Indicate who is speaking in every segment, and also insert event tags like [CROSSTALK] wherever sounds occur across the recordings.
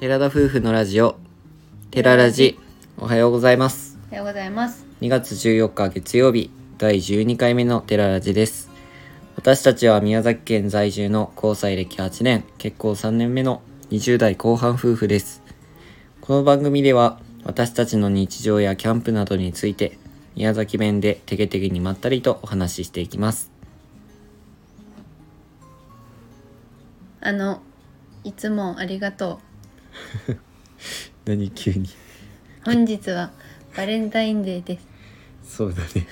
Speaker 1: 寺田夫婦のラジオ寺ラジおはようございます
Speaker 2: おはようございます。
Speaker 1: 2月14日月曜日第12回目の寺ラジです私たちは宮崎県在住の交際歴8年結婚3年目の20代後半夫婦ですこの番組では私たちの日常やキャンプなどについて宮崎弁でテケテケにまったりとお話ししていきます
Speaker 2: あの、いつもありがと
Speaker 1: 何急に
Speaker 2: う。本日はバレンタインデーです。
Speaker 1: そうだ [LAUGHS] ね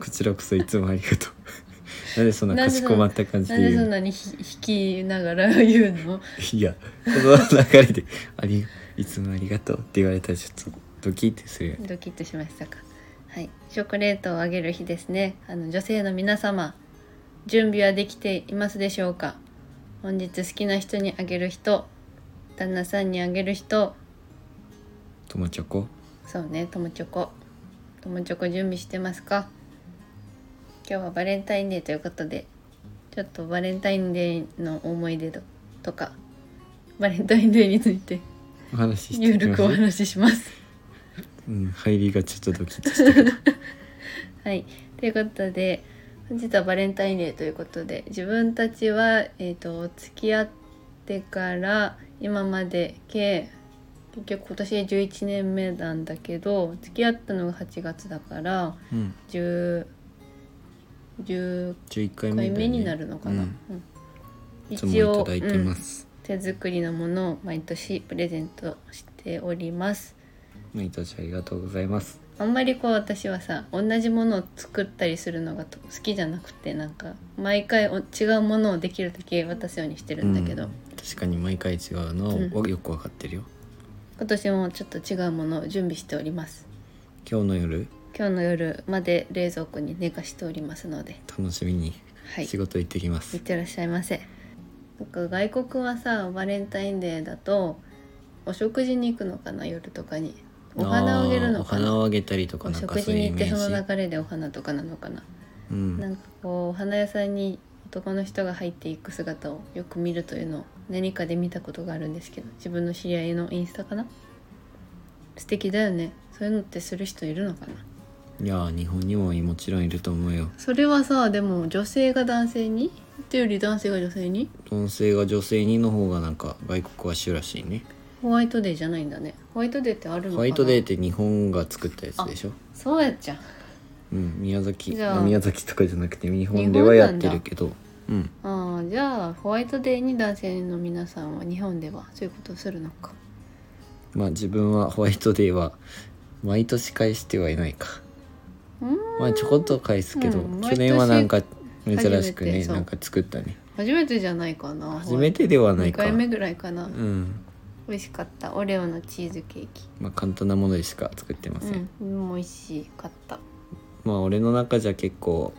Speaker 1: こちらこそいつもありがとうなんでそんなかしこまった感じ
Speaker 2: な
Speaker 1: で
Speaker 2: んでそ
Speaker 1: 言うんの
Speaker 2: なにひ引きながら言うの
Speaker 1: いやこの流れであり「いつもありがとう」って言われたらちょっとドキッてするよね
Speaker 2: ドキッとしましたか。はい。チョコレートをあげる日ですね。あの、女性の皆様、準備はできていますでしょうか本日好きな人にあげる人、旦那さんにあげる人、
Speaker 1: 友チョコ
Speaker 2: そうね、友チョコ。友チョコ準備してますか今日はバレンタインデーということで、ちょっとバレンタインデーの思い出ととか、バレンタインデーについて
Speaker 1: お話しして
Speaker 2: ゆる
Speaker 1: きま
Speaker 2: くお
Speaker 1: す
Speaker 2: 話しします。
Speaker 1: うん入りがちょっとドキッとしたけど
Speaker 2: はい。ということで、本日はバレンタインデーということで、自分たちは、えっ、と、付き合ってから今まで計、結局今年で11年目なんだけど、付き合ったのが8月だから、
Speaker 1: うん
Speaker 2: 10 10
Speaker 1: 11回目だ
Speaker 2: 回
Speaker 1: よね
Speaker 2: 目になるのかな、
Speaker 1: うん
Speaker 2: うん
Speaker 1: いつも
Speaker 2: 一
Speaker 1: い
Speaker 2: 応、
Speaker 1: ただいてます、
Speaker 2: うん手作りのものを毎年プレゼントしております
Speaker 1: 毎年ありがとうございます
Speaker 2: あんまりこう私はさ同じものを作ったりするのがと好きじゃなくてなんか毎回お違うものをできるだけ渡すようにしてるんだけど、
Speaker 1: うん確かに毎回違うのはよくわかってるよ、
Speaker 2: 今年もちょっと違うものを準備しております
Speaker 1: 今日の夜
Speaker 2: 今日の夜まで冷蔵庫に寝かしておりますので
Speaker 1: 楽しみに
Speaker 2: はい
Speaker 1: 仕事行ってきます、
Speaker 2: いってらっしゃいませなんか外国はさバレンタインデーだとお食事に行くのかな夜とかにお花をあげるのか
Speaker 1: あーお
Speaker 2: な
Speaker 1: 花をあげたりとか
Speaker 2: お
Speaker 1: なんか
Speaker 2: 食
Speaker 1: そ
Speaker 2: 事
Speaker 1: ういう
Speaker 2: に
Speaker 1: イ
Speaker 2: 行っ
Speaker 1: メ
Speaker 2: てそ
Speaker 1: ー
Speaker 2: の
Speaker 1: ジ
Speaker 2: 流れでお花とかなのかな、
Speaker 1: う
Speaker 2: なんんかこうお花屋さんに男の人が入っていく姿をよく見るというのを何かで見たことがあるんですけど自分の知り合いのインスタかな素敵だよねそういうのってする人いるのかない
Speaker 1: やー日本にももちろんいると思うよ
Speaker 2: それはさでも女性が男性にっていうより男性が女性に
Speaker 1: 男性が女性にの方がなんか外国は主らしいね
Speaker 2: ホワイトデーじゃないんだね。ホワイトデーってあるのかな。
Speaker 1: ホワイトデーって日本が作ったやつでしょ
Speaker 2: そうやっちゃ
Speaker 1: うん宮崎
Speaker 2: じゃあ
Speaker 1: あ宮崎とかじゃなくて日本ではやってるけどうん
Speaker 2: う。ああ、じゃあホワイトデーに男性の皆さんは日本ではそういうことをするのか。
Speaker 1: まあ自分はホワイトデーは毎年返してはいないか
Speaker 2: うーん
Speaker 1: まあちょこっと返すけど、
Speaker 2: うん
Speaker 1: 去年はなんか珍しく
Speaker 2: 初め
Speaker 1: ね
Speaker 2: てそう
Speaker 1: なんか作ったね
Speaker 2: 初めてじゃないかな。
Speaker 1: 初めてでは
Speaker 2: ホワ
Speaker 1: な
Speaker 2: イ
Speaker 1: い
Speaker 2: ト
Speaker 1: か
Speaker 2: 二回目ぐらいかな
Speaker 1: う。ん
Speaker 2: 美味しかった。オレオのチーズケーキ。
Speaker 1: まあ簡単なものでしか作ってません、
Speaker 2: うん、美味しかった。
Speaker 1: まあ俺の中じゃ結構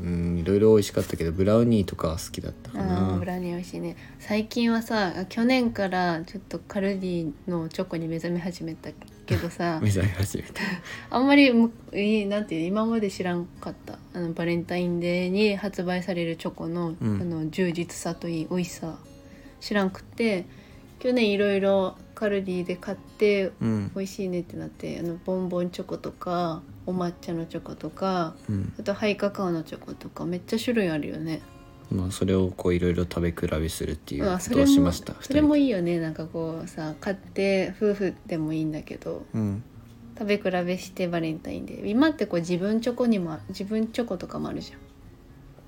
Speaker 1: うんいろいろ美味しかったけどブラウニーとかは好きだったか
Speaker 2: ああ、ブ
Speaker 1: な
Speaker 2: ラウニー美味しいね。最近はさ、去年からちょっとカルディのチョコに目覚め始めたけど
Speaker 1: [LAUGHS]
Speaker 2: さ。
Speaker 1: 目覚め始めた
Speaker 2: あんまりむいいなんていう今まで知らんかったあのバレンタインデーに発売されるチョコの,、
Speaker 1: うん
Speaker 2: あの充実さといい美味しさ知らんくって去年いろいろカルディで買って
Speaker 1: うん
Speaker 2: 美味しいねってなってあのボンボンチョコとかお抹茶のチョコとか
Speaker 1: うん
Speaker 2: あとハイカカオのチョコとかめっちゃ種類あるよね
Speaker 1: まあそれをこういろいろ食べ比べするっていう
Speaker 2: うわ
Speaker 1: ことをしました
Speaker 2: それも
Speaker 1: いい、
Speaker 2: いいよねなんかこうさ買って夫婦でもいいんだけど
Speaker 1: うん、
Speaker 2: 食べ比べしてバレンタインデー今ってこう自分チョコにも自分チョコとかもあるじゃん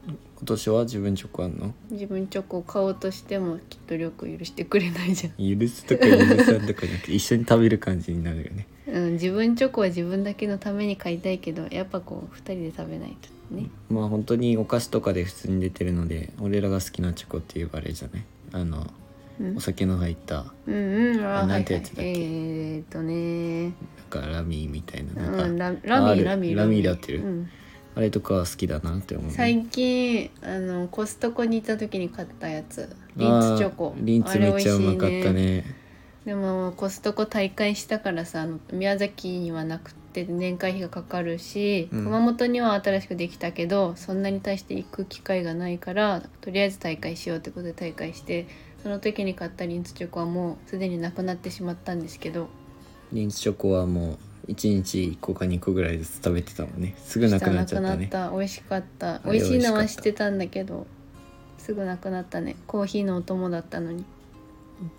Speaker 1: 今年は自分チョコあんの
Speaker 2: 自分チョコを買おうとしてもきっとりょうくん許してくれないじゃん、 [LAUGHS]
Speaker 1: 許すとか許さんとかじゃなくて一緒に食べる感じになるよね
Speaker 2: うん、自分チョコは自分だけのために買いたいけどやっぱこう2人で食べないとね
Speaker 1: まあ本当にお菓子とかで普通に出てるので俺らが好きなチョコっていうあれじゃないあの
Speaker 2: うん
Speaker 1: お酒の入った
Speaker 2: うんうん
Speaker 1: あ
Speaker 2: あ
Speaker 1: なんてやつだっけ
Speaker 2: はいはいえー、っとね
Speaker 1: なんかラミーみたいな
Speaker 2: う
Speaker 1: なん
Speaker 2: ん、
Speaker 1: か、
Speaker 2: ララミ
Speaker 1: ある
Speaker 2: ーラミー
Speaker 1: ラミーで合ってる
Speaker 2: うん
Speaker 1: あれとかは好きだなって思うね、
Speaker 2: 最近あのコストコに行った時に買ったやつリ
Speaker 1: あ
Speaker 2: ン
Speaker 1: ー
Speaker 2: ツチョコ
Speaker 1: リンツめっちゃうまかっ
Speaker 2: あれ美味しい
Speaker 1: たね
Speaker 2: でもコストコ大会したからさあの宮崎にはなくて年会費がかかるし、
Speaker 1: うん
Speaker 2: 熊本には新しくできたけどそんなに対して行く機会がないからとりあえず大会しようってことで大会してその時に買ったリンツチョコはもうすでになくなってしまったんですけど
Speaker 1: リンツチョコはもう1日1個か2個ぐらいずつ食べてたもんねすぐなくなっちゃったね
Speaker 2: くなった美味しかった
Speaker 1: あれ
Speaker 2: 美味しいの
Speaker 1: 美
Speaker 2: は
Speaker 1: 味し
Speaker 2: 知
Speaker 1: かった
Speaker 2: ってたんだけどすぐなくなったねコーヒーのお供だったのに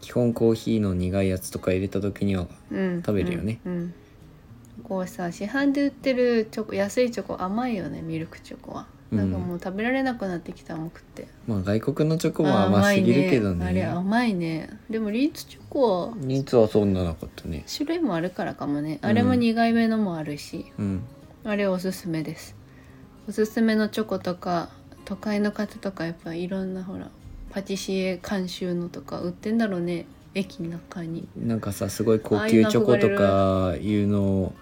Speaker 1: 基本コーヒーの苦いやつとか入れた時には
Speaker 2: うん
Speaker 1: 食べるよね
Speaker 2: うん、うんこうさ市販で売ってるチョコ安いチョコ甘いよねミルクチョコは
Speaker 1: うん
Speaker 2: なんかもう食べられなくなってきた甘くて、
Speaker 1: まあ外国のチョコも
Speaker 2: あ
Speaker 1: 甘すぎるけど
Speaker 2: 甘いね
Speaker 1: ね
Speaker 2: あれ甘いねでもリーツチョコは
Speaker 1: リンツはそんななかったね
Speaker 2: 種類もあるからかもね
Speaker 1: うん
Speaker 2: あれも苦いめのもあるし、
Speaker 1: うん
Speaker 2: あれおすすめですおすすめのチョコとか都会の方とかやっぱいろんなほらパティシエ監修のとか売ってんだろうね駅の中に
Speaker 1: なんかさすごい高級チョコとかいうのを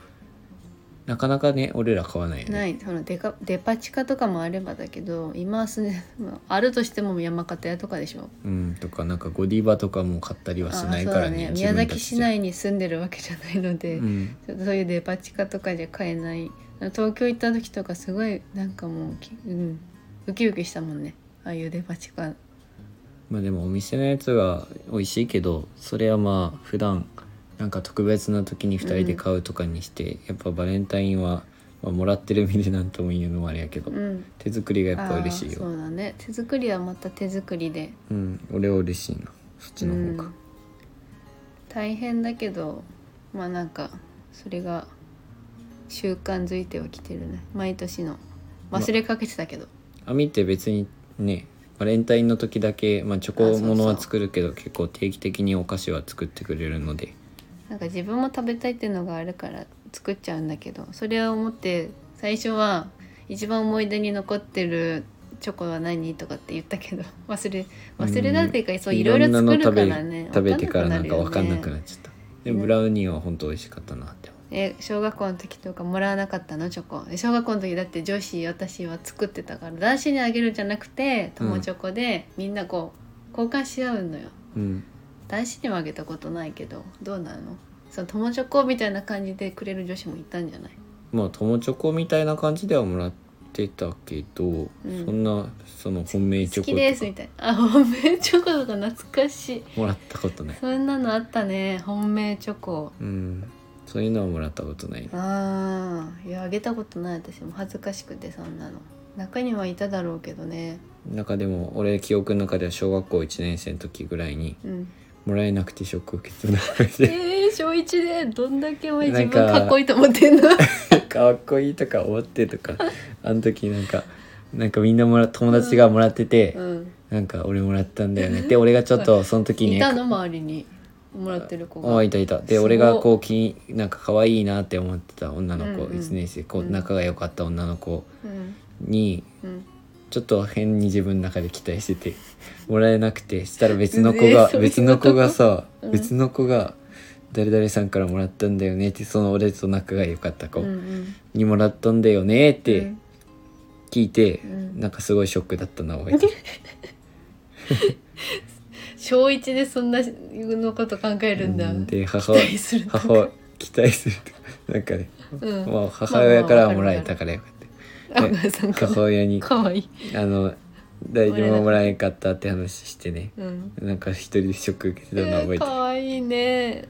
Speaker 1: なかなかね俺ら買わないよね
Speaker 2: ないそのデカデパ地下とかもあればだけど今は住んであるとしても山形屋とかでしょ
Speaker 1: うんとかなんかゴディバとかも買ったりはしないからね
Speaker 2: あーそうだね宮崎市
Speaker 1: い
Speaker 2: 内に住んでるわけじゃないので、
Speaker 1: うん
Speaker 2: ちょっとそういうデパ地下とかじゃ買えない東京行った時とかすごいなんかもうき、うん、ウキウキしたもんねああいうデパ地下
Speaker 1: まあでもお店のやつは美味しいけどそれはまあ普段なんか特別な時に2人で買うとかにして、やっぱバレンタインは、まあ、もらってる身でなんとも言うのもあれやけど、
Speaker 2: うん
Speaker 1: 手作りがやっぱ嬉しい
Speaker 2: あー
Speaker 1: よ
Speaker 2: そうだね手作りはまた手作りで
Speaker 1: うん俺は嬉しいなそっちの方
Speaker 2: う
Speaker 1: が
Speaker 2: ん大変だけどまあなんかそれが習慣づいてはきてるね毎年の忘れかけてたけど、
Speaker 1: 網って別にねバレンタインの時だけ、まあ、チョコもの
Speaker 2: あそう
Speaker 1: は
Speaker 2: そう
Speaker 1: 作るけど結構定期的にお菓子は作ってくれるので
Speaker 2: なんか自分も食べたいっていうのがあるから作っちゃうんだけどそれを思って最初は一番思い出に残ってるチョコは何とかって言ったけど忘れ忘れだっていうか、そういろいろ
Speaker 1: んな
Speaker 2: 作
Speaker 1: の
Speaker 2: る
Speaker 1: 食
Speaker 2: か
Speaker 1: べ
Speaker 2: らね
Speaker 1: 食べてからなんか分かんなく
Speaker 2: るよ
Speaker 1: な
Speaker 2: ね
Speaker 1: っちゃった、でもブラウニーは本当美味しかったなって思う
Speaker 2: え小学校の時とかもらわなかったのチョコえ小学校の時だって女子私は作ってたから男子にあげるんじゃなくて友チョコでみんなこう交換し合うのよ
Speaker 1: うん
Speaker 2: 男子にはあげたことないけどどうなのその友チョコみたいな感じでくれる女子もいたんじゃない
Speaker 1: まあ友チョコみたいな感じではもらってたけど、
Speaker 2: ん
Speaker 1: そんなその本命チ
Speaker 2: 好
Speaker 1: ョコ
Speaker 2: きですみたいなあ本命チョコとか懐かしい
Speaker 1: もらったことない
Speaker 2: そんなのあったね本命チョコ
Speaker 1: うんそういうのはもらったことない
Speaker 2: ああいやあげたことない私も恥ずかしくてそんなの中にはいただろうけどね
Speaker 1: なんかでも俺記憶の中では小学校1年生の時ぐらいに
Speaker 2: うん
Speaker 1: もらえなくてショック受けてたみたいな
Speaker 2: えー、小一でどんだけお前
Speaker 1: な
Speaker 2: 自
Speaker 1: ん
Speaker 2: 分
Speaker 1: か
Speaker 2: かっこいいと思っ
Speaker 1: [LAUGHS]
Speaker 2: てんの
Speaker 1: [LAUGHS] かっこいいとか思ってと
Speaker 2: [LAUGHS]
Speaker 1: かあの時なんかなんかみんなもら友達がもらってて、
Speaker 2: うん
Speaker 1: なんか俺もらったんだよねで俺がちょっとその時に
Speaker 2: いたの周りにもらってる子
Speaker 1: あ
Speaker 2: が
Speaker 1: いたいたです
Speaker 2: ごい
Speaker 1: 俺がこう気になんか可愛いなって思ってた女の子、
Speaker 2: うんうん
Speaker 1: 1年生こう
Speaker 2: うん
Speaker 1: 仲が良かった女の子
Speaker 2: うん
Speaker 1: に
Speaker 2: うん
Speaker 1: ちょっと変に自分の中で期待してて [LAUGHS] もらえなくてしたら別の子が、
Speaker 2: えそういう
Speaker 1: 別の子がさ、
Speaker 2: ことうん
Speaker 1: 別の子が「誰々さんからもらったんだよね」ってその俺と仲が良かった
Speaker 2: う
Speaker 1: 子
Speaker 2: んうん
Speaker 1: にもらったんだよねっ
Speaker 2: う
Speaker 1: て
Speaker 2: ん
Speaker 1: 聞いて、
Speaker 2: うん
Speaker 1: なんかすごいショックだったな覚えてる
Speaker 2: 小一でそんなのこと考えるんだ
Speaker 1: うんで
Speaker 2: 期
Speaker 1: 母
Speaker 2: 待するとか
Speaker 1: 母期待するとなんかね、
Speaker 2: うん
Speaker 1: まあ、母親からはもらえたからよかった。
Speaker 2: あお母さんか
Speaker 1: 母親に
Speaker 2: かわいい、
Speaker 1: あの大丈夫もらえんかったって話してね
Speaker 2: うん
Speaker 1: なんか一人でショック受けて
Speaker 2: え
Speaker 1: たの覚
Speaker 2: ー、
Speaker 1: えて
Speaker 2: か
Speaker 1: る、
Speaker 2: わいいね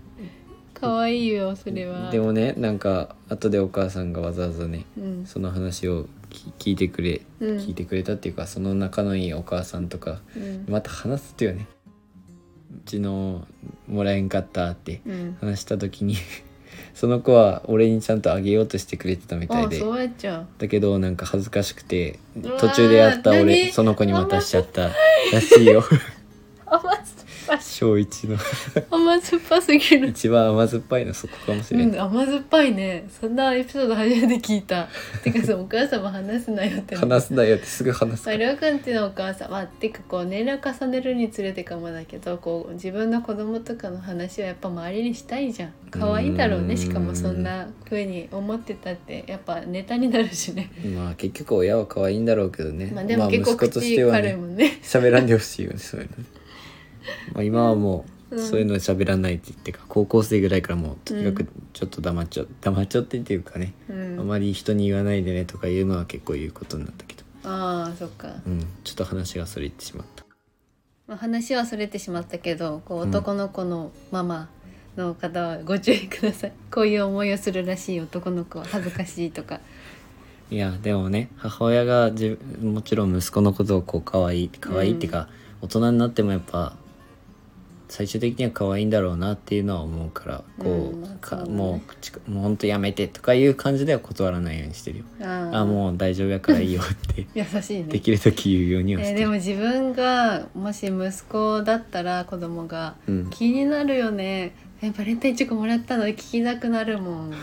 Speaker 2: かわいいよそれは
Speaker 1: でもねなんか後でお母さんがわざわざね
Speaker 2: うん
Speaker 1: その話を聞聞いてくれ、
Speaker 2: うん
Speaker 1: 聞いてくれたっていうかその仲のいいお母さんとか
Speaker 2: うん
Speaker 1: また話すとよねうちのもらえんかったって
Speaker 2: うん
Speaker 1: 話した時に [LAUGHS] その子は俺にちゃんとあげようとしてくれてたみたい
Speaker 2: あ
Speaker 1: で
Speaker 2: そうやっちゃう
Speaker 1: だけどなんか恥ずかしくて
Speaker 2: うわー
Speaker 1: 途中でやった俺
Speaker 2: 何
Speaker 1: その子に渡しちゃったらしいよ
Speaker 2: 甘酸っぱい
Speaker 1: 小一の [LAUGHS]
Speaker 2: 甘酸っぱすぎる
Speaker 1: 一番甘酸っぱいのそこかもしれ
Speaker 2: う
Speaker 1: ない、
Speaker 2: ん、甘酸っぱいねそんなエピソード初めて聞いた [LAUGHS] てかさお母様話すなよって
Speaker 1: 話すなよってすぐ話すか
Speaker 2: まあ、
Speaker 1: ら
Speaker 2: りょうくんっていうのはお母さん、まあ、てかこう年齢を重ねるにつれてかもだけどこう自分の子供とかの話はやっぱ周りにしたいじゃん可愛いだろう
Speaker 1: うー
Speaker 2: ね
Speaker 1: ん
Speaker 2: しかもそんな風に思ってたってやっぱネタになるしね
Speaker 1: まあ結局親は可愛いんだろうけどね
Speaker 2: まあでも結構
Speaker 1: 息子とし
Speaker 2: 口
Speaker 1: ては
Speaker 2: 軽い
Speaker 1: ね
Speaker 2: もんね
Speaker 1: 喋らんでほしいよねそういうのねまあ今はもう
Speaker 2: うん
Speaker 1: そういうの喋らないって言ってか高校生ぐらいからもうとにか
Speaker 2: う
Speaker 1: くちょっと黙っちゃう黙っちゃってっていうかね
Speaker 2: う
Speaker 1: あ
Speaker 2: ん、
Speaker 1: まり人に言わないでねとかいうのは結構言うことになったけど
Speaker 2: ああそっか
Speaker 1: うんちょっと話がそれてしまった
Speaker 2: まあ、話はそれてしまったけどこう男の子のママの方はご注意ください、 [LAUGHS] こういう思いをするらしい男の子は恥ずかしいとか
Speaker 1: いやでもね母親が自もちろん息子のことをこう可愛い可愛いっていうか、大人になってもやっぱ最終的には可愛いんだろうなっていうのは思うからこう、
Speaker 2: うんまあ
Speaker 1: か
Speaker 2: そうだね
Speaker 1: もうちくもうほんとやめてとかいう感じでは断らないようにしてるよ。
Speaker 2: あ
Speaker 1: [LAUGHS]
Speaker 2: ー
Speaker 1: あもう大丈夫やからいいよって
Speaker 2: 優しいね
Speaker 1: できる時言うようにはし
Speaker 2: えー
Speaker 1: て
Speaker 2: で
Speaker 1: る。
Speaker 2: も自分がもし息子だったら子供が
Speaker 1: うん
Speaker 2: 気になるよねえバレンタインチョコもらったの聞きなくなるも
Speaker 1: [LAUGHS]
Speaker 2: ん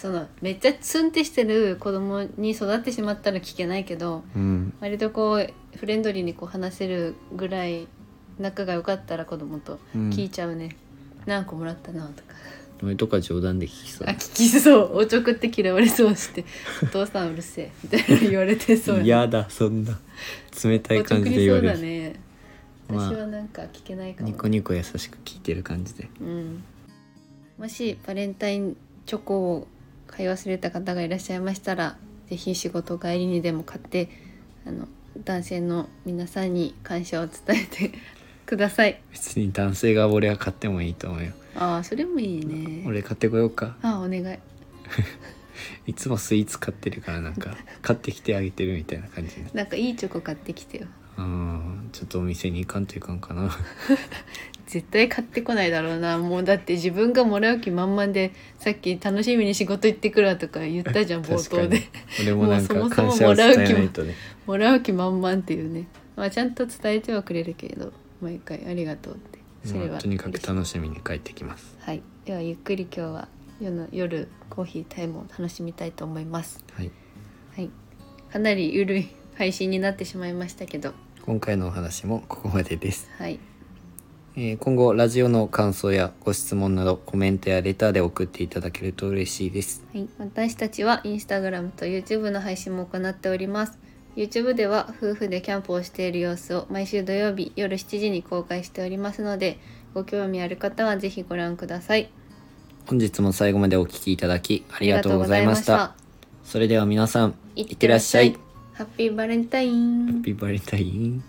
Speaker 2: そのめっちゃツンってしてる子供に育ってしまったら聞けないけど
Speaker 1: うん
Speaker 2: 割とこうフレンドリーにこう話せるぐらい仲が良かったら子供と
Speaker 1: うん
Speaker 2: 聞いちゃうね、何個もらったのとか
Speaker 1: 俺とか冗談で聞きそう
Speaker 2: あ聞きそうおちょくって嫌われそ
Speaker 1: [LAUGHS]
Speaker 2: うして「お父さんうるせえ」みたいな言われてそうやな
Speaker 1: 嫌だそんな冷たい
Speaker 2: おちょ
Speaker 1: 感
Speaker 2: く
Speaker 1: じ
Speaker 2: り
Speaker 1: で言
Speaker 2: そ
Speaker 1: わ
Speaker 2: う
Speaker 1: れ
Speaker 2: だ
Speaker 1: る、
Speaker 2: ね、
Speaker 1: まあ
Speaker 2: 私はなんか聞けないかも
Speaker 1: ニコニコ優しく聞いてる感じで
Speaker 2: うん、もしバレンタインチョコを買い忘れた方がいらっしゃいましたらぜひ仕事帰りにでも買ってあの男性の皆さんに感謝を伝えてください
Speaker 1: 別に男性が俺は買ってもいいと思うよ、
Speaker 2: ああそれもいいね
Speaker 1: 俺買ってこようか
Speaker 2: ああお願い
Speaker 1: いつもスイーツ買ってるからなん
Speaker 2: [LAUGHS]
Speaker 1: か買ってきてあげてるみたいな感じになる
Speaker 2: なんかいいチョコ買ってきてよ
Speaker 1: うんちょっとお店に行かんといかんかな
Speaker 2: 絶対買ってこないだろうなもうだって自分がもらう気満々でさっき楽しみに仕事行ってくるわとか言ったじゃん冒
Speaker 1: 確か
Speaker 2: 頭
Speaker 1: に
Speaker 2: で [LAUGHS]
Speaker 1: 俺もなん
Speaker 2: も
Speaker 1: か
Speaker 2: うそも
Speaker 1: 感
Speaker 2: そも
Speaker 1: 謝
Speaker 2: も
Speaker 1: を
Speaker 2: らう
Speaker 1: 伝
Speaker 2: 気
Speaker 1: え
Speaker 2: も
Speaker 1: ないとね
Speaker 2: もらう気満々っていうね、まあ、ちゃんと伝えてはくれるけれど毎回ありがとうってすれ
Speaker 1: ま
Speaker 2: ば
Speaker 1: あとにかく
Speaker 2: 嬉しい
Speaker 1: 楽しみに帰ってきます
Speaker 2: はい、ではゆっくり今日は夜の夜コーヒータイムを楽しみたいと思います、
Speaker 1: はい
Speaker 2: はい、かなりゆるい配信になってしまいましたけど、
Speaker 1: 今回のお話もここまでです
Speaker 2: はい、
Speaker 1: えー今後ラジオの感想やご質問などコメントやレターで送っていただけると嬉しいです
Speaker 2: はい、私たちはインスタグラムと YouTube の配信も行っております YouTube では夫婦でキャンプをしている様子を毎週土曜日夜7時に公開しておりますのでご興味ある方はぜひご覧ください
Speaker 1: 本日も最後までお聞きいただきありがとうございました
Speaker 2: ありがとうございま
Speaker 1: それでは皆さん
Speaker 2: い
Speaker 1: いってらっしゃい
Speaker 2: ハッピーバレンタイン
Speaker 1: ハッピーバレンタイン